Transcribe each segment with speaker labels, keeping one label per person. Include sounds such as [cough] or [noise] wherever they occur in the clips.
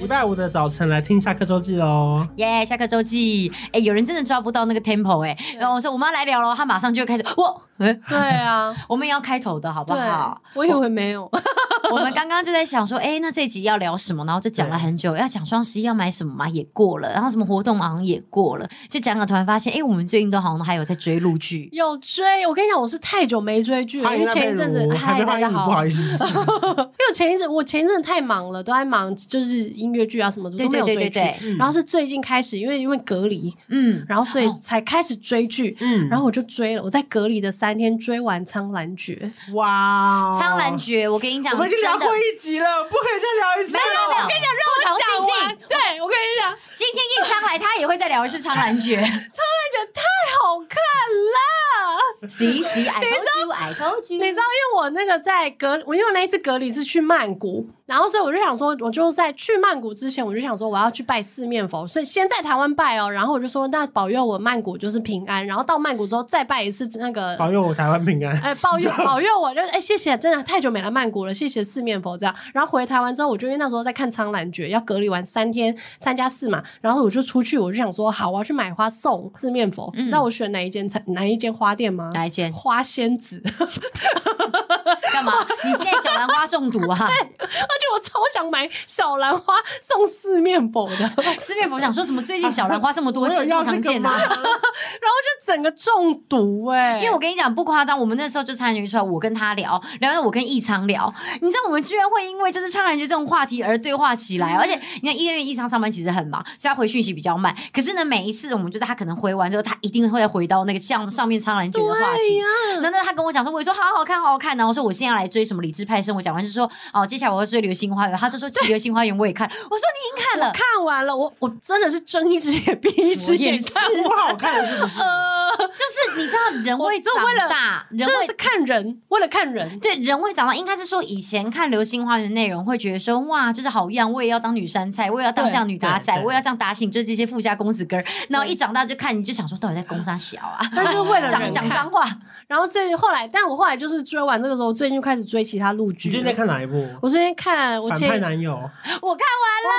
Speaker 1: 礼拜五的早晨来听下课周记喽。
Speaker 2: 耶下课周记，哎、有人真的抓不到那个 tempo 哎、然后我说我妈来聊了，她马上就开始哇，
Speaker 3: [laughs] 对啊，
Speaker 2: 我们也要开头的好不
Speaker 3: 对
Speaker 2: 好？，
Speaker 3: 我以为没有，
Speaker 2: [laughs] 我们刚刚就在想说，哎、那这集要聊什么？然后就讲了很久，要讲双十一要买什么嘛，也过了，然后什么活动好像也过了，就讲了，突然发现，哎、我们最近都好像还有在追陆剧。
Speaker 3: [laughs] 有追。我跟你讲，我是太久没追剧了，
Speaker 1: 欢
Speaker 3: 因
Speaker 1: 迎赖
Speaker 3: 为前
Speaker 1: 佩
Speaker 3: 一阵子
Speaker 1: 如，还
Speaker 3: 嗨，
Speaker 1: 是
Speaker 3: 大
Speaker 1: 欢迎
Speaker 3: 家
Speaker 1: 你，不
Speaker 3: 好，
Speaker 1: 好意思，
Speaker 3: 因为我前一阵我前一阵太忙了，都在忙就是音乐剧啊什么的
Speaker 2: 对
Speaker 3: 都
Speaker 2: 对
Speaker 3: 没有
Speaker 2: 对对
Speaker 3: 追剧。
Speaker 2: 对，
Speaker 3: 然后是最近开始，因为因为隔离，
Speaker 2: 嗯，
Speaker 3: 然后所以才开始追剧。
Speaker 1: 嗯，
Speaker 3: 然后我就追了，我在隔离的三天追完《苍兰诀
Speaker 1: 哇，哦
Speaker 2: 《苍兰诀》，我跟你讲，
Speaker 1: 我们已经
Speaker 2: 真
Speaker 1: 聊
Speaker 2: 的
Speaker 1: 过一集了，不可以再聊一次
Speaker 2: 没有没有没有，
Speaker 1: 了
Speaker 2: 跟。你讲，肉桃》信
Speaker 3: 完
Speaker 2: 进，
Speaker 3: 对我跟你讲，《
Speaker 2: 今天一昌来，他也会再聊一次《苍兰
Speaker 1: [laughs]
Speaker 2: 诀》。
Speaker 3: 苍兰诀》太好看了。
Speaker 2: See see, I told you, I told
Speaker 3: 你知
Speaker 2: you。
Speaker 3: 道，因为我那个在隔，我因为我那一次隔离是去曼谷，然后所以我就想说，我就在去曼谷之前，我就想说我要去拜四面佛，所以先在台湾拜哦，然后我就说那保佑我曼谷就是平安，然后到曼谷之后再拜一次那个。
Speaker 1: 保佑我台湾平安。
Speaker 3: 哎，保佑保佑我！就是哎，谢谢，真的太久没来曼谷了，谢谢四面佛这样。然后回台湾之后，我就因为那时候在看《苍兰诀》，要隔离完三天，三加四嘛，然后我就出去，我就想说，好，我要去买花送四面佛。
Speaker 2: 嗯
Speaker 3: 你知道我选哪一间餐哪一间花店吗？
Speaker 2: 哪一间？
Speaker 3: 花仙子。
Speaker 2: 干嘛？你现在小兰花中毒
Speaker 1: [laughs]
Speaker 2: 啊？
Speaker 3: 而且我超想买小兰花送四面佛的，然 [laughs] 后
Speaker 2: 四面佛想说什么？最近小兰花这么多，
Speaker 1: [laughs] 我有
Speaker 2: 是超
Speaker 1: 要
Speaker 2: 常
Speaker 1: 这个
Speaker 2: 见
Speaker 1: 吗
Speaker 2: [laughs] 啊。？
Speaker 3: 就整个中毒哎、
Speaker 2: 因为我跟你讲不夸张，我们那时候就差点就出来，我跟他聊，聊到我跟异常聊，你知道我们居然会因为就是苍兰诀这种话题而对话起
Speaker 1: 嗯
Speaker 2: 来，而且你看医院异常上班其实很忙，所以他回讯息比较慢。可是呢，每一次我们就是他可能回完之后，他一定会回到那个像上面苍兰诀的话题。那那他跟我讲说，我也说好好看，好好看。然后说我现在来追什么理智派生活，讲完就说哦，接下来我要追流星花园。他就说其实流星花园我也看，我说你已经看了，
Speaker 3: 看完了，我我真的是睁一只眼闭一只眼看，呃
Speaker 1: 不好看了是不是？
Speaker 2: 就是你知道人
Speaker 3: 我
Speaker 2: 会
Speaker 3: 就
Speaker 2: 长
Speaker 3: 为了
Speaker 2: 大，人
Speaker 3: 真
Speaker 2: 会
Speaker 3: 的是看人，为了看人。
Speaker 2: 对人会长大，应该是说以前看《流星花园》内容会觉得说哇，就是好样，我也要当女山菜，我也要当这样女打仔
Speaker 1: 对，对
Speaker 2: 我也要这样打醒，就是这些富家公子哥儿。然后一长大就看，你就想说到底在攻啥小啊？
Speaker 3: [laughs] 但
Speaker 2: [laughs]
Speaker 3: 是为了
Speaker 2: 讲
Speaker 3: 人
Speaker 2: 讲
Speaker 3: 看
Speaker 2: 脏，话，
Speaker 3: 然后最后来，但我后来就是追完这个时候，最近就开始追其他陆
Speaker 1: 你
Speaker 3: 剧
Speaker 1: 最近在
Speaker 3: 了。
Speaker 1: 看哪一部？
Speaker 3: 我最近看，我
Speaker 1: 反
Speaker 3: 前
Speaker 1: 派男友。
Speaker 2: 我看完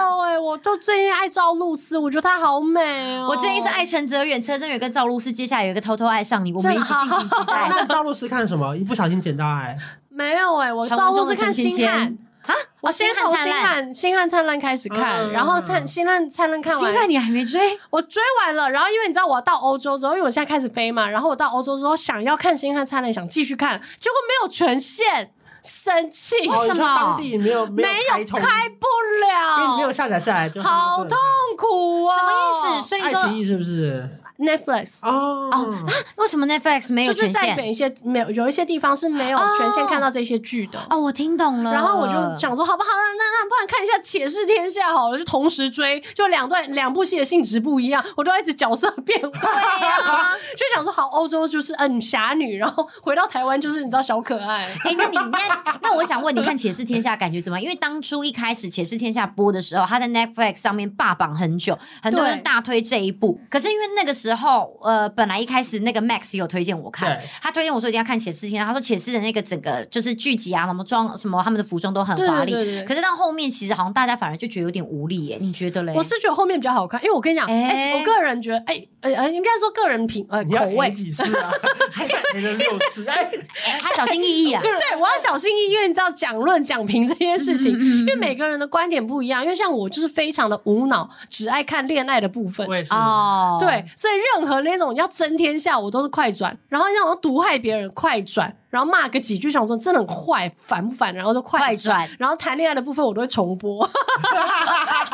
Speaker 2: 了。
Speaker 3: 哦哎、我就最近爱赵露思，我觉得她好美哦。
Speaker 2: 我最近是爱陈哲远，陈哲远跟赵露思，接下来有一个偷偷爱上你，我们一起敬请期待。
Speaker 1: 那赵露思看什么？一不小心捡到爱。
Speaker 3: 没有哎、我
Speaker 2: 传
Speaker 3: [laughs] 赵
Speaker 2: 闻
Speaker 3: 露
Speaker 2: 中
Speaker 3: 思
Speaker 2: 的
Speaker 3: 看
Speaker 2: 陈芊
Speaker 3: 星
Speaker 2: 芊
Speaker 3: 汉，
Speaker 2: 啊，
Speaker 3: 我
Speaker 2: 星
Speaker 3: 先
Speaker 2: 汉
Speaker 3: 从《
Speaker 2: 灿
Speaker 3: 星
Speaker 2: 烂，
Speaker 3: 汉》《星汉灿烂》开始看，
Speaker 1: 嗯
Speaker 3: 然后灿《星汉灿烂》看
Speaker 2: 星汉
Speaker 3: 完，
Speaker 2: 你还没追？
Speaker 3: 我追完了。然后因为你知道我到欧洲之后，因为我现在开始飞嘛，然后我到欧洲之后想要看《星汉灿烂》，想继续看，结果没有权限，生气，
Speaker 1: 哦你说
Speaker 2: 什么
Speaker 1: 当地没有
Speaker 3: 没
Speaker 1: 有
Speaker 3: 有
Speaker 1: 通
Speaker 3: 开不
Speaker 1: 因为你没有
Speaker 3: 了，
Speaker 1: 下载下来，就
Speaker 3: 好痛苦啊！
Speaker 2: 什么意思？所以
Speaker 1: 爱奇
Speaker 2: 说
Speaker 1: 艺是不是？
Speaker 3: ？Netflix。
Speaker 1: 哦，
Speaker 2: 为什么 Netflix 没有
Speaker 3: 就是
Speaker 2: 权
Speaker 3: 在
Speaker 2: 限？
Speaker 3: 每一些没有有一些地方是没有权限
Speaker 2: 哦
Speaker 3: 看到这些剧的
Speaker 2: 哦，我听懂了。
Speaker 3: 然后我就想说，好不好？那那那不然看一下《且试天下》好了，就同时追，就两段两部戏的性质不一样，我都要一直角色变化。
Speaker 2: 对呀。
Speaker 3: [laughs] 就想说，好，欧洲就是嗯侠女，然后回到台湾就是你知道小可爱。
Speaker 2: [laughs] 哎、那你那那我想问，你看《且试天下》感觉怎么样？因为当初一开始《且试天下》播的时候，它在 Netflix 上面霸榜很久，很多人
Speaker 3: 对
Speaker 2: 大推这一部。可是因为那个时候，呃，本来一开始那个 Max 有推荐我看
Speaker 1: 对，
Speaker 2: 他推荐我说一定要看《且试天下》，他说《且试》的那个整个就是剧集啊，什么装什么他们的服装都很
Speaker 3: 对
Speaker 2: 华
Speaker 3: 对
Speaker 2: 丽。
Speaker 3: 对对。
Speaker 2: 可是到后面，其实好像大家反而就觉得有点无力耶，你觉得嘞？
Speaker 3: 我是觉得后面比较好看，因为我跟你讲，哎、
Speaker 2: 哎
Speaker 3: 我个人觉得，哎、哎呃，应该说个人品，呃，
Speaker 1: 你要
Speaker 3: 口味
Speaker 1: 演，几次啊？ [laughs] 演了六次，哎，
Speaker 2: 哎、他小心翼翼啊，
Speaker 3: 对，嗯我要小心翼翼，因为你知道讲论讲评这件事情，因为每个人的观点不一样，因为像我就是非常的无脑，只爱看恋爱的部分
Speaker 1: 我，也是。
Speaker 2: 哦，
Speaker 3: 对，所以任何那种要争天下，我都是快转，然后那种毒害别人快转，然后骂个几句，想说真的很坏，烦不烦？然后就快
Speaker 2: 快转
Speaker 3: 然后谈恋爱的部分我都会重播，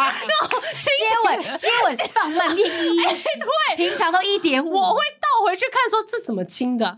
Speaker 2: 接吻，接吻是放慢变
Speaker 3: [laughs]
Speaker 2: 一，对，平常都一点五，
Speaker 3: 哎我会倒回去看说这怎么亲的。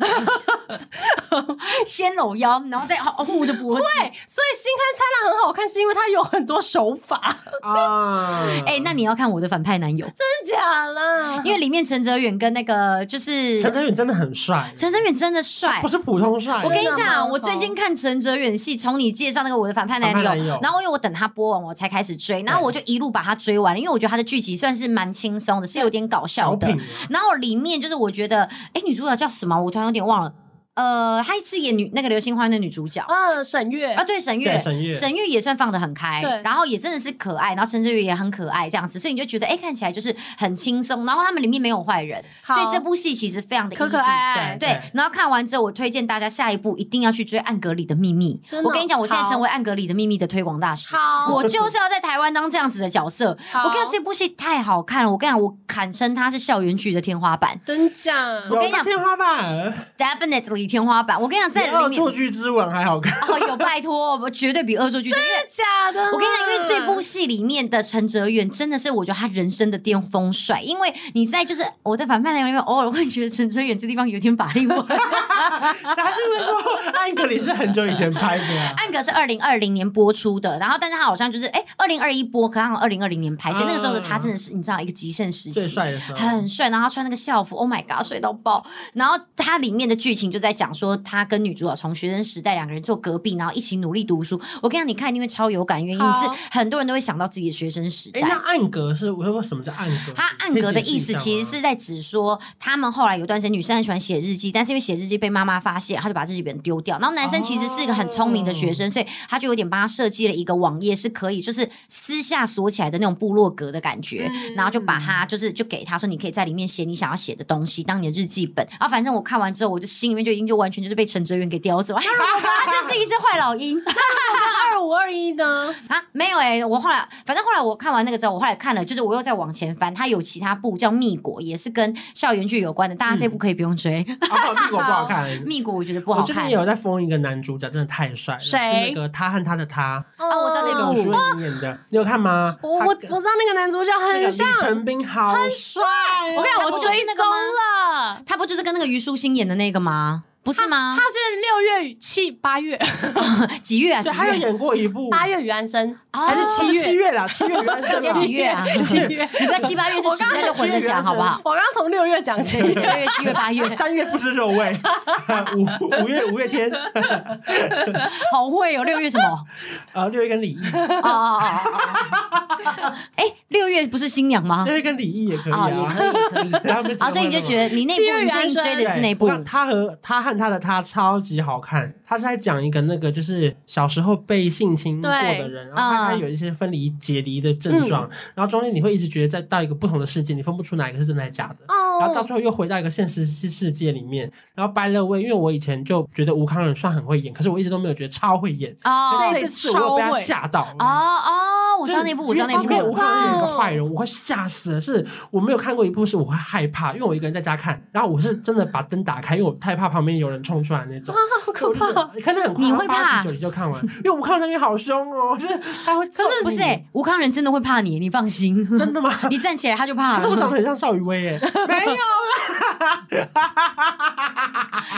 Speaker 2: 先搂腰，然后再哦护着
Speaker 3: [laughs]
Speaker 2: 脖子。
Speaker 3: 对，所以新刊灿烂很好看，是因为它有很多手法，
Speaker 1: 啊，
Speaker 2: 哎、那你要看我的反派男友，
Speaker 3: 真假啦？
Speaker 2: 因为里面陈哲远跟那个就是
Speaker 1: 陈哲远真的很帅，
Speaker 2: 陈哲远真的帅
Speaker 1: 不。是普通帅，
Speaker 2: 我跟你
Speaker 3: 真的吗
Speaker 2: 讲，我最近看陈哲远戏，从你介绍那个我的反派男
Speaker 1: 反派男
Speaker 2: 友
Speaker 1: 友，
Speaker 2: 然后因为我等他播完我才开始追，然后我就一路把他追完了，因为我觉得他的剧集算是蛮轻松的，是有点搞笑
Speaker 1: 小
Speaker 2: 的
Speaker 1: 品。
Speaker 2: 然后里面就是我觉得，哎，女主角叫什么？我突然有点忘了。呃，她是演女那个《流星花园》的女主角。
Speaker 3: 嗯，沈月
Speaker 2: 啊，，对，沈月，
Speaker 1: 对沈月
Speaker 2: 也算放得很开，
Speaker 3: 对
Speaker 2: 然后也真的是可爱，然后陈哲宇也很可爱，这样子，所以你就觉得，哎，看起来就是很轻松。然后他们里面没有坏人，
Speaker 3: 好
Speaker 2: 所以这部戏其实非常的
Speaker 3: 可可
Speaker 2: easy
Speaker 3: 爱啊爱
Speaker 2: 对
Speaker 1: 对，
Speaker 2: 然后看完之后，我推荐大家下一步一定要去追《暗格里的秘密》
Speaker 3: 真。的
Speaker 2: 我跟你讲，我现在
Speaker 3: 好
Speaker 2: 成为《暗格里的秘密》的推广大使。
Speaker 3: 好，
Speaker 2: 我就是要在台湾当这样子的角色。
Speaker 3: 好
Speaker 2: 我跟你讲，这部戏太好看了。我跟你讲，我堪称它是校园剧的天花板
Speaker 3: 真假
Speaker 1: 有
Speaker 2: 跟你讲
Speaker 1: 个天花板，
Speaker 2: ，definitely 天花板。我跟你讲，在
Speaker 1: 比恶
Speaker 2: 里
Speaker 1: 作
Speaker 2: 面，
Speaker 1: 剧之吻还好看。 [laughs]
Speaker 2: 哦，有拜托，我绝对比恶作剧真的。因为
Speaker 3: 假的啦？
Speaker 2: 我跟你讲，因为这
Speaker 3: [laughs]
Speaker 2: 部戏里面的陈哲远真的是我觉得他人生的巅峰帅，因为你在就是哦我在反派男友里面偶尔会觉得陈哲远这地方有点法力我。
Speaker 1: 他是不是说安格里是很久以前拍
Speaker 2: [laughs]
Speaker 1: 的啊？
Speaker 2: 暗格是二零二零年播出的，然后但是他好像就是哎二零二一播，可他好像二零二零年拍，所以那个时候的他真的是你知道一个极盛时
Speaker 1: 最
Speaker 2: 期。
Speaker 1: 帅的时候，
Speaker 2: 很帅，然后他穿那个校服，Oh my god，帅到爆！然后他里面的剧情就在讲说，他跟女主角从学生时代两个人坐隔壁，然后一起努力读书。我跟你讲，你看一定会超有感，原因
Speaker 3: 好
Speaker 2: 是很多人都会想到自己的学生时代。
Speaker 1: 哎，那暗格是我说什么叫暗格？
Speaker 2: 他暗格的意思
Speaker 1: 啊
Speaker 2: 其实是在指说，他们后来有段时间女生很喜欢写日记，但是因为写日记被妈妈发现，他就把日记本丢掉。然后男生其实是一个很聪明的学生，所以他就有点帮他设计了一个网页，是可以就是私下锁起来的那种部落格的感觉，然后就把他就是就给他说，你可以在里面写你想要写的东西，当你的日记本。然后反正我看完之后，我就心里面就已经就完全就是被陈哲远给叼走， [laughs] 他就是一只坏老鹰。
Speaker 3: 二五二一呢？
Speaker 2: 啊，没有哎、我后来反正后来我看完那个之后，我后来看了，就是我又再往前翻，它有其他部叫《蜜果》，也是跟校园剧有关的，大家
Speaker 1: 嗯
Speaker 2: 这部可以不用追。 [laughs]
Speaker 1: 啊，那个我不好看。
Speaker 2: 蜜果我觉得不
Speaker 1: 我
Speaker 2: 好
Speaker 1: 哦最近
Speaker 2: 看
Speaker 1: 也有在封一个男主角，真的太帅了，是
Speaker 3: 谁
Speaker 1: 那个他和他的他，
Speaker 3: 啊
Speaker 2: 哦我知道这
Speaker 1: 那
Speaker 2: 部
Speaker 1: 个徐伟宁演的，你有看吗？
Speaker 3: 我我
Speaker 1: 他
Speaker 3: 我知道那个男主角
Speaker 1: 那个
Speaker 3: 很
Speaker 1: 李
Speaker 3: 像，
Speaker 1: 成斌好帅哦，
Speaker 3: 我跟你讲，
Speaker 2: 他
Speaker 3: 我
Speaker 2: 不就是
Speaker 3: 追
Speaker 2: 那个
Speaker 3: 踪
Speaker 2: 吗
Speaker 3: 了。
Speaker 2: 它不就是跟那个虞书欣演的那个吗？不是吗
Speaker 3: 他？是六月七八月
Speaker 2: [laughs] 几月啊？几
Speaker 1: 对，啊他有
Speaker 2: 月？
Speaker 1: 演过一部
Speaker 3: 八月与安生
Speaker 2: 哦
Speaker 3: 还是七
Speaker 1: 七
Speaker 3: 月？
Speaker 1: 月啦，七月原来是
Speaker 2: 现在几月啊？
Speaker 1: 七月，
Speaker 3: [laughs]
Speaker 2: 你不要七八月是暑假就混着讲好不好？
Speaker 3: 我刚刚从六月讲起，
Speaker 2: 六月、七月、八月，
Speaker 1: 三月不吃肉 [laughs] 味，五五月五月天，
Speaker 2: 好会哦！六月什么？
Speaker 1: 呃，六月跟李毅，
Speaker 2: 哦哦哦哦哦！哎，六月不是新娘吗
Speaker 1: 六？月跟李毅也可以
Speaker 2: 啊哦，
Speaker 1: 啊
Speaker 2: 也。可以，可以。 [laughs]
Speaker 1: 然后
Speaker 2: 啊，所以你就觉得你那
Speaker 3: 七月
Speaker 2: 部你
Speaker 3: 原
Speaker 2: 最近
Speaker 3: 生
Speaker 2: 追的是
Speaker 1: 对
Speaker 2: 那部
Speaker 1: 我？看他和他和他的他超级好看，他是在讲一个那个就是小时候被性侵过的人，然后他他
Speaker 2: 嗯
Speaker 1: 有一些分离解离的症状，然后中间你会一直觉得在到一个不同的世界，你分不出哪一个是真的还是假的。然后到
Speaker 3: 哦，
Speaker 1: 最后又回到一个现实世界里面，然后 by the way，因为我以前就觉得吴康仁算很会演，可是我一直都没有觉得超会演，
Speaker 2: 哦
Speaker 1: 可是这一次我又被他吓到了
Speaker 2: 哦。哦，我知道那部，我知道那
Speaker 1: 里面
Speaker 2: 部哦
Speaker 1: 吴。康仁演一个坏人，我会吓死了。是我没有看过一部，是我会害怕，因为我一个人在家看，然后我是真的把灯打开，因为我太怕旁边有人冲出来那种。
Speaker 3: 好可怕！
Speaker 1: 你看得很快，
Speaker 2: 你会啊怕
Speaker 1: 八集九集就看完，因为吴康仁那边好凶哦，就是他会揍你。
Speaker 2: 可是不是哎，吴康仁真的会怕你，你放
Speaker 3: [laughs]
Speaker 2: 心。
Speaker 1: 真的吗？ [laughs]
Speaker 2: 你站起来他就怕
Speaker 1: 可是我长
Speaker 2: 了。
Speaker 1: 得很像邵雨薇耶，欸没有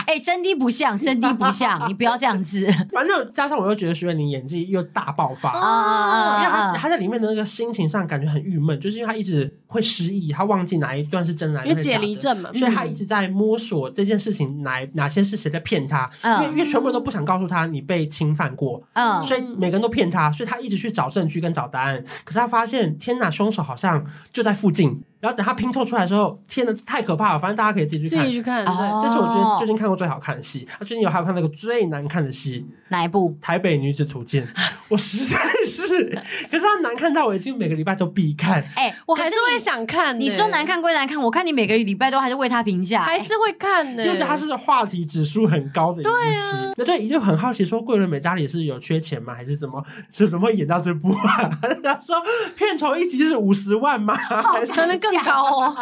Speaker 2: 哎，真的不像，真的不
Speaker 3: [laughs]
Speaker 2: 像，你不要这样子。
Speaker 1: 反正加上我又觉得徐伟宁演技又大爆
Speaker 3: 哦
Speaker 1: 发，
Speaker 2: 啊啊
Speaker 1: 因为他
Speaker 3: 嗯
Speaker 2: 啊！啊
Speaker 1: 他在里面的那个心情上感觉很郁闷，就是因为他一直会失忆，他忘记哪一段是真的，哪一
Speaker 3: 因
Speaker 1: 段
Speaker 3: 为
Speaker 1: 是假
Speaker 3: 解
Speaker 1: 的
Speaker 3: 离，症嘛，嗯
Speaker 1: 所以他一直在摸索这件事情哪哪些是谁在骗他，因为因
Speaker 2: 嗯
Speaker 1: 为全部人都不想告诉他你被侵犯过，
Speaker 2: 嗯，
Speaker 1: 所以每个人都骗他，所以他一直去找证据跟找答案，可是他发现天哪，凶手好像就在附近，然后等他拼凑出来的时候，天哪，太可怕了，反正大家可以自己去
Speaker 3: [laughs] 自己
Speaker 1: 看。
Speaker 3: 去看。
Speaker 2: 哦
Speaker 3: 对，
Speaker 1: 这是我最近最近看过最好看的戏，他最近有还有看那个最难看的戏，
Speaker 2: 哪一部？
Speaker 1: 台北女子图
Speaker 3: [laughs]
Speaker 1: 鉴，我实在是，可是它难看到我已经每个礼拜都必看。
Speaker 2: 哎，
Speaker 3: 我还是
Speaker 2: 可
Speaker 3: 会
Speaker 2: 你。
Speaker 3: 想看呢。
Speaker 2: 你说难看归难看，我看你每个礼拜都还是为他评价，哎
Speaker 3: 还是会看呢，
Speaker 1: 因为它是话题指数很高的一部戏，
Speaker 3: 啊
Speaker 1: 那就一定很好奇说桂纶镁家里是有缺钱吗？还是怎么怎么会演到这部啊？他说片酬一集是五十万吗？还是
Speaker 3: 可能更高哦。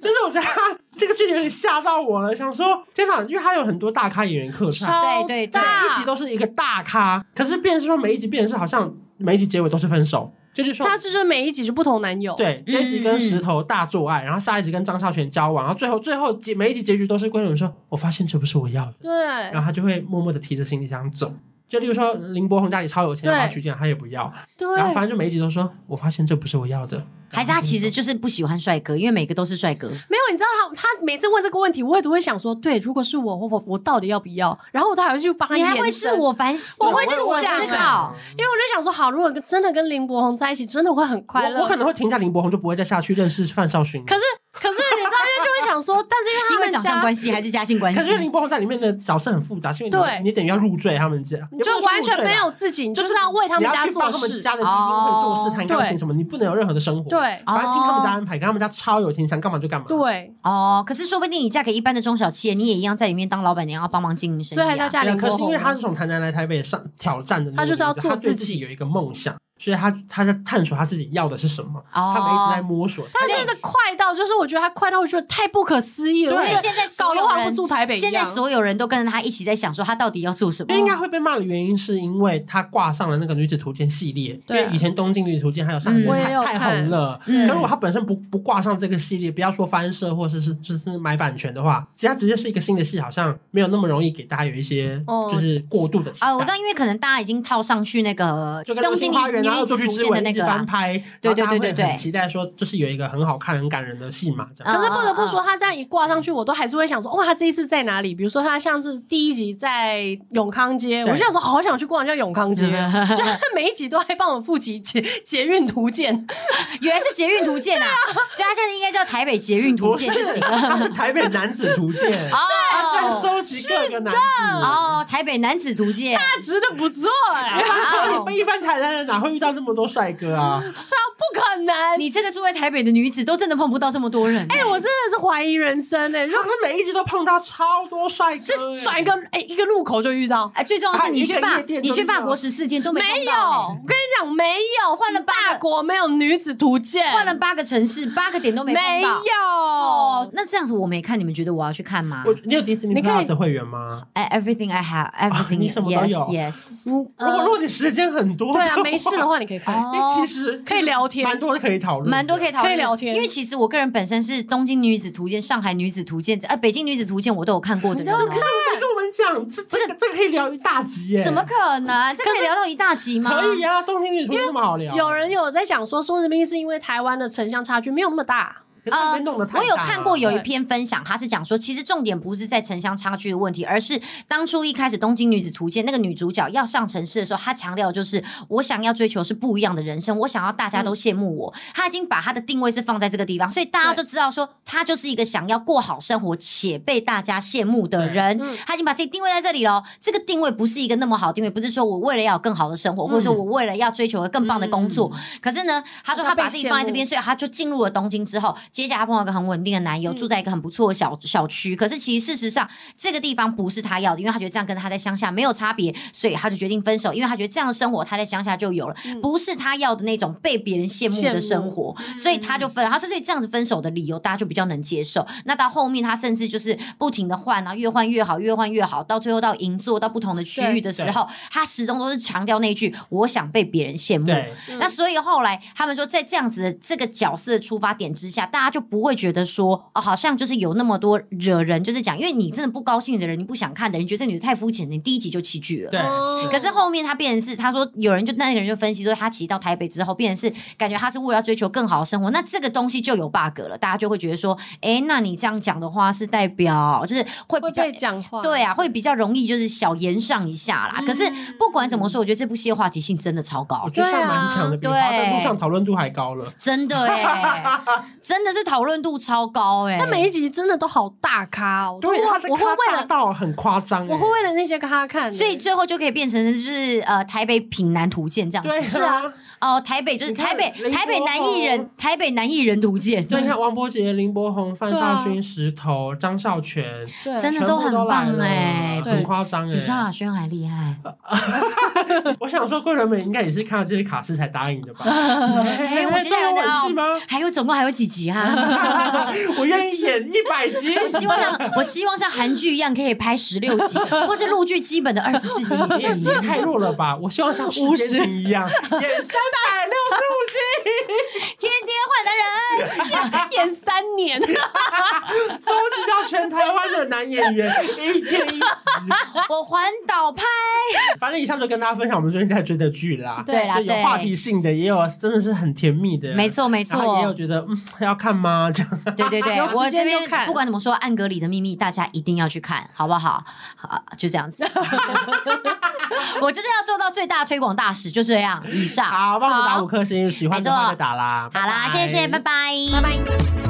Speaker 1: 就是我觉得他这个剧情有点吓到我了，想说天哪，因为它有很多大咖演员客串，
Speaker 3: 超
Speaker 1: 每
Speaker 2: 对对对
Speaker 3: 大
Speaker 1: 一集都是一个大咖，可是变成说每一集变成是好像每一集结尾都是分手，就是说
Speaker 3: 他是就每一集就不同男友，，
Speaker 1: 对，这一集
Speaker 3: 嗯
Speaker 1: 跟石头大做爱，然后下一集跟张孝全交往，然后最后最后结每一集结局都是龟伦说，我发现这不是我要的，
Speaker 3: 对
Speaker 1: 然后他就会默默的提着行李箱走。就例如说林柏宏家里超有钱，
Speaker 3: 对
Speaker 1: 然后娶进来他也不要，然后
Speaker 3: 对
Speaker 1: 反，正就每一集都说，我发现这不是我要的。
Speaker 2: 还是他其实就是不喜欢帅哥，因为每个都是帅哥。
Speaker 3: 没有，你知道他他每次问这个问题，我也都会想说，对，如果是我，我我我到底要不要？然后我都还会去帮他
Speaker 2: 你还
Speaker 3: 延
Speaker 2: 会
Speaker 3: 伸
Speaker 2: 自我反省，
Speaker 3: 我会
Speaker 2: 自
Speaker 3: 自
Speaker 2: 我
Speaker 3: 我
Speaker 2: 思
Speaker 3: 思
Speaker 2: 考
Speaker 3: 考。因为我就想说，好，如果跟真的跟林柏宏在一起，真的会很快
Speaker 1: 我
Speaker 3: 乐。
Speaker 1: 我可能会停下林柏宏，就不会再下去认识范少勋了。
Speaker 3: 可是可是你知道，因为就会想说，但是因为他
Speaker 2: 因为
Speaker 3: 们
Speaker 2: 长相
Speaker 3: 家
Speaker 2: 关系还是家境关
Speaker 1: 可
Speaker 2: 系
Speaker 1: 是，林柏宏在里面的角色很复杂，是因为你
Speaker 3: 对
Speaker 1: 你等于要入赘他们家，
Speaker 3: 就完全没有自己，你
Speaker 1: 就
Speaker 3: 就是是要为他
Speaker 1: 你要
Speaker 3: 们家
Speaker 1: 去
Speaker 3: 做
Speaker 1: 帮他们
Speaker 3: 事。
Speaker 1: 家的基金会做事、
Speaker 3: 哦
Speaker 1: 弹钢琴什么，你不能有任何的生活。，
Speaker 3: 对哦
Speaker 1: 反正听他们家安排，跟他们家超有钱，想干嘛就干嘛。啊
Speaker 3: 对，
Speaker 2: 哦，可是说不定你嫁给一般的中小企业，你也一样在里面当老板娘，要帮忙经营生意、
Speaker 3: 所
Speaker 2: 啊。
Speaker 3: 以还是要嫁
Speaker 1: 对啊，
Speaker 3: 林
Speaker 1: 可
Speaker 3: 柏
Speaker 1: 是因
Speaker 3: 宏
Speaker 1: 为。他是从台南来台北上挑战的那个
Speaker 3: 他就是要
Speaker 1: 女子他
Speaker 3: 做
Speaker 1: 对
Speaker 3: 自己
Speaker 1: 己有一个梦想，所以他他在探索他自己要的是什么，
Speaker 2: 哦，
Speaker 1: 他们一直在摸索。
Speaker 3: 他真的快到，就是我觉得他快到，我觉得太不可思议了。
Speaker 1: 对
Speaker 3: 我觉得
Speaker 2: 现在所
Speaker 3: 搞得
Speaker 2: 有
Speaker 3: 我好像不
Speaker 2: 人，
Speaker 3: 住台北一
Speaker 2: 现在
Speaker 3: 样。
Speaker 2: 所有人都跟着他一起在想，说他到底要做什么
Speaker 1: 就。应该啊会被骂的原因，是因为他挂上了那个女子图鉴系列，因
Speaker 3: 对
Speaker 1: 为
Speaker 3: 啊
Speaker 1: 以前东京女子图鉴还有上过，
Speaker 2: 嗯
Speaker 1: 太
Speaker 3: 我也有
Speaker 1: 太
Speaker 3: 看
Speaker 1: 红了。
Speaker 2: 嗯
Speaker 1: 可如果他本身不不挂上这个系列，不要说翻社或是是就是买版权的话，其实它直接是一个新的戏，好像没有那么容易给大家有一些
Speaker 3: 哦
Speaker 1: 就是过度的期待。
Speaker 2: 啊，我知道，因为可能大家已经套上去那个
Speaker 1: 就跟《
Speaker 2: 东
Speaker 1: 流星
Speaker 2: 京女
Speaker 1: 花园》然
Speaker 2: 女
Speaker 1: 后《
Speaker 2: 子
Speaker 1: 出去
Speaker 2: 图
Speaker 1: 之
Speaker 2: 鉴
Speaker 1: 吻
Speaker 2: 的》那
Speaker 1: 一直
Speaker 2: 个
Speaker 1: 翻
Speaker 2: 啦，
Speaker 1: 拍，
Speaker 2: 对
Speaker 1: 然后大家会
Speaker 2: 对对对
Speaker 1: 很期待说就是有一个很好看、很感人的戏嘛，这样。
Speaker 3: 可是不得不说，
Speaker 2: 嗯，嗯嗯
Speaker 3: 他这样一挂上去，我都还是会想说，哇，他这一次在哪里？比如说，他像是第一集在永康街，我
Speaker 1: 对
Speaker 3: 就想说，哦好想去逛一下
Speaker 2: [laughs]
Speaker 3: 永康街哦，就是每一集都还帮我复习捷捷运图鉴，
Speaker 2: 原来是捷运图鉴啊，所以他现在应该叫台北捷运图
Speaker 1: 不
Speaker 2: 鉴
Speaker 1: 是
Speaker 2: 就行，了。
Speaker 1: [laughs] 它是台北男子图鉴，它是在
Speaker 2: 哦
Speaker 1: 收集各个男子。哎
Speaker 2: 哦，台北男子图鉴，
Speaker 3: 那值的不错
Speaker 2: [laughs]
Speaker 3: 哎、
Speaker 1: 一般
Speaker 2: 哇哦
Speaker 1: 一般台南人哪会遇到那么多帅哥啊？
Speaker 2: 嗯
Speaker 3: 超不可能！
Speaker 2: 你这个住在台北的女子都真的碰不到这么多人。
Speaker 3: 哎、我真的是怀疑人生哎、如
Speaker 1: 他
Speaker 3: 果
Speaker 1: 们每一集都碰到超多帅哥、
Speaker 3: 是
Speaker 1: 欸
Speaker 3: 转一个哎、一个路口就遇到，
Speaker 2: 哎，最重要是你去
Speaker 1: 啊一个
Speaker 2: 法
Speaker 1: 夜店，都
Speaker 2: 你去
Speaker 1: 没有
Speaker 2: 法国十四天都没
Speaker 3: 没
Speaker 2: 碰
Speaker 3: 有，
Speaker 2: 到
Speaker 3: 我跟你讲没有，换了
Speaker 2: 八
Speaker 3: 八
Speaker 2: 个
Speaker 3: 国没有女子图鉴，
Speaker 2: 哎，换了八个城市，八个点都没碰
Speaker 3: 没
Speaker 2: 到。
Speaker 3: 有。
Speaker 2: 哦，那这样子我没看，你们觉得我要去看吗？
Speaker 1: 我你有 Disney
Speaker 3: 你可以
Speaker 1: Plus 会员吗？
Speaker 2: 哎，everything I have,
Speaker 1: 你
Speaker 2: everything
Speaker 1: 什么都
Speaker 2: yes
Speaker 1: 有
Speaker 2: yes。
Speaker 3: 嗯
Speaker 1: 如果如果你时间很多，
Speaker 3: 对啊，没事的，话你可以看，
Speaker 1: 因为
Speaker 2: 哦
Speaker 1: 哎其，实
Speaker 3: 可以聊天
Speaker 1: 蛮多的可以讨论的，
Speaker 2: 蛮多可以讨论，
Speaker 3: 可以聊天
Speaker 2: 因为其实我个人本身是《东京女子图鉴》《上海女子图鉴》呃《北京女子图鉴》，我都有看过的
Speaker 1: 这
Speaker 2: 人哦。
Speaker 1: 可是我没跟我们讲，这这个这个可以聊一大集耶，
Speaker 2: 怎么可能？这可以聊到一大集吗？
Speaker 1: 可以啊？东京女厨那么好聊，
Speaker 3: 有人有在讲说，说这边是因为台湾的城乡差距没有那么大，
Speaker 1: 可是被弄得太大
Speaker 2: 呃
Speaker 1: 了
Speaker 2: 我有看过有一篇分享，他是讲说，其实重点不是在城乡差距的问题，而是当初一开始《东京女子图鉴》那个女主角要上城市的时候，她强调的就是我想要追求是不一样的人生，我想要大家
Speaker 1: 嗯
Speaker 2: 都羡慕我。她已经把她的定位是放在这个地方，所以大家就知道说，她就是一个想要过好生活且被大家羡慕的人
Speaker 3: 对嗯。
Speaker 2: 她已经把自己定位在这里了。这个定位不是一个那么好的定位，不是说我为了要有更好的生活，或者
Speaker 1: 嗯
Speaker 2: 说我为了要追求更棒的工作。可是呢，她说她把自己放在这边，所以她就进入了东京之后，接下来她碰到一个很稳定的男友，
Speaker 3: 嗯
Speaker 2: 住在一个很不错的小小区。可是其实事实上，这个地方不是她要的，因为她觉得这样跟她在乡下没有差别，所以她就决定分手，因为她觉得这样的生活她在乡下就有了，不是她要的那种被别人嗯羡慕嗯的生活，所以她就分了。她说，所以这样子分手的理由大家就比较能接受。那到后面她甚至就是不停的换，啊然后越换越好，越换越好，到最后到银座到不同的区域的时候，她始终都是强调那一句：我想被别人羡
Speaker 1: 嗯
Speaker 2: 慕。
Speaker 1: 对，
Speaker 3: 嗯
Speaker 2: 那所以后来他们说，在这样子的这个角色的出发点之下，大家就不会觉得说，哦，好像就是有那么多惹人，就是讲，因为你真的不高兴的人，你不想看的人，你觉得这女的太肤浅了，你第一集就弃剧了。
Speaker 1: 对
Speaker 3: 哦
Speaker 2: 可是后面他变成是，他说有人就那个人就分析说，他其实到台北之后，变成是感觉他是为了要追求更好的生活，那这个东西就有 bug 了，大家就会觉得说，诶，那你这样讲的话是代表就是会比
Speaker 3: 会
Speaker 2: 较
Speaker 3: 被讲话，
Speaker 2: 对啊，会比较容易就是小言上一下啦。可是
Speaker 3: 嗯
Speaker 2: 不管怎么说，我觉得这部戏的话题性真的超高
Speaker 1: 我。觉得算蛮强的，比
Speaker 2: 对
Speaker 1: 华灯初上讨论度还高了。
Speaker 2: 真的
Speaker 1: [laughs]
Speaker 2: 哎、真的是讨论度超高哎、
Speaker 3: 那每一集真的都好大咖哦，
Speaker 1: 对，啊
Speaker 3: 我
Speaker 1: 他
Speaker 3: 都
Speaker 1: 的
Speaker 3: 我会
Speaker 1: 咖
Speaker 3: 为
Speaker 1: 大
Speaker 3: 了
Speaker 1: 到很夸张欸，
Speaker 3: 我会为了那些咖看的，
Speaker 2: 所以最后就可以变成就是呃台北品南图鉴这样
Speaker 1: 对
Speaker 2: 子，是啊，，哦、台北就是
Speaker 1: 你看
Speaker 2: 台北
Speaker 1: 林
Speaker 2: 台北
Speaker 1: 柏
Speaker 2: 男艺人
Speaker 1: 宏
Speaker 2: 台北男艺人图鉴，
Speaker 1: 对，你看王伯杰、林柏宏、范少
Speaker 3: 对
Speaker 1: 勋、石头、张孝全，
Speaker 3: 对
Speaker 2: 啊真的
Speaker 1: 全部
Speaker 2: 都很
Speaker 1: 都来
Speaker 2: 棒
Speaker 1: 了
Speaker 2: 欸
Speaker 3: 对
Speaker 1: 很夸张哎
Speaker 2: 比。萧亚轩还厉害，
Speaker 1: 我想说，桂纶镁
Speaker 2: [laughs]
Speaker 1: 应该也是看到这些卡司才答应的吧？哎
Speaker 2: 我现在有
Speaker 1: 都有吻
Speaker 2: 拿哦
Speaker 1: 戏吗？ [laughs]
Speaker 2: 还有总共还有几集啊？ [laughs]
Speaker 1: 我愿意演一百集。
Speaker 2: 我希望像我希望像韩剧一样，可以拍十六
Speaker 1: [laughs]
Speaker 2: 集，或是陆剧基本的二十四集一
Speaker 1: 你
Speaker 2: 集。
Speaker 1: 也太弱了吧！我希望像《
Speaker 3: 五
Speaker 1: 时
Speaker 3: 十
Speaker 1: 间情》一
Speaker 2: [laughs]
Speaker 1: 样，演三百六十五集，
Speaker 2: 天天换男人，
Speaker 3: 演三 [laughs] 年，
Speaker 1: 收集到全台湾的男演员，一件一集。
Speaker 2: 我环岛拍。
Speaker 1: 反正以上就跟大家分享我们最近在追的剧啦。
Speaker 2: 对啦，
Speaker 1: 就有话题
Speaker 2: 对，
Speaker 1: 性的，也有真的是很甜蜜的，
Speaker 2: 没。错没
Speaker 1: 啊然后也有
Speaker 2: 错，
Speaker 1: 觉得嗯要看吗？这样
Speaker 2: 对对对，
Speaker 3: 有时
Speaker 2: 我这
Speaker 3: 间就
Speaker 2: 边
Speaker 3: 看
Speaker 2: 不管怎么说，《暗格里的秘密》大家一定要去看，好不好？好，就这
Speaker 1: [laughs]
Speaker 2: 样子。我就是要做到最大推广大使，就这样。以上，
Speaker 1: 好，帮我们打
Speaker 2: 好
Speaker 1: 五颗星，喜欢的
Speaker 2: 没
Speaker 1: 话
Speaker 2: 错
Speaker 1: 再打啦。
Speaker 2: 好啦，
Speaker 1: 拜拜
Speaker 2: 谢谢，拜拜，
Speaker 3: 拜拜。